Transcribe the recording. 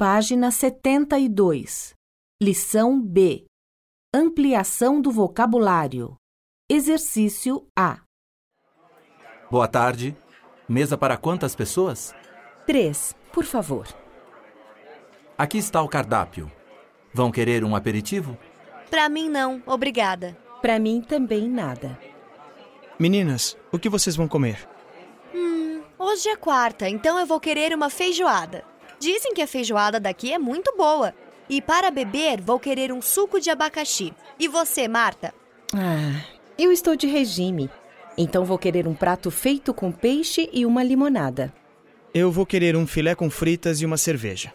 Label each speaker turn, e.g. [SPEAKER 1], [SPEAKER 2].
[SPEAKER 1] Página 72. Lição B. Ampliação do vocabulário. Exercício A.
[SPEAKER 2] Boa tarde. Mesa para quantas pessoas?
[SPEAKER 3] 3. Por favor.
[SPEAKER 2] Aqui está o cardápio. Vão querer um aperitivo?
[SPEAKER 4] Pra mim não, obrigada.
[SPEAKER 3] Para mim também nada.
[SPEAKER 5] Meninas, o que vocês vão comer?
[SPEAKER 4] Hoje é quarta, então eu vou querer uma feijoada. Dizem que a feijoada daqui é muito boa. E para beber, vou querer um suco de abacaxi. E você, Marta?
[SPEAKER 3] Ah, eu estou de regime. Então vou querer um prato feito com peixe e uma limonada.
[SPEAKER 5] Eu vou querer um filé com fritas e uma cerveja.